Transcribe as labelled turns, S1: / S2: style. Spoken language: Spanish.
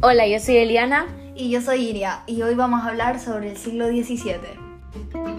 S1: Hola, yo soy Eliana.
S2: Y yo soy Iria y hoy vamos a hablar sobre el siglo XVII.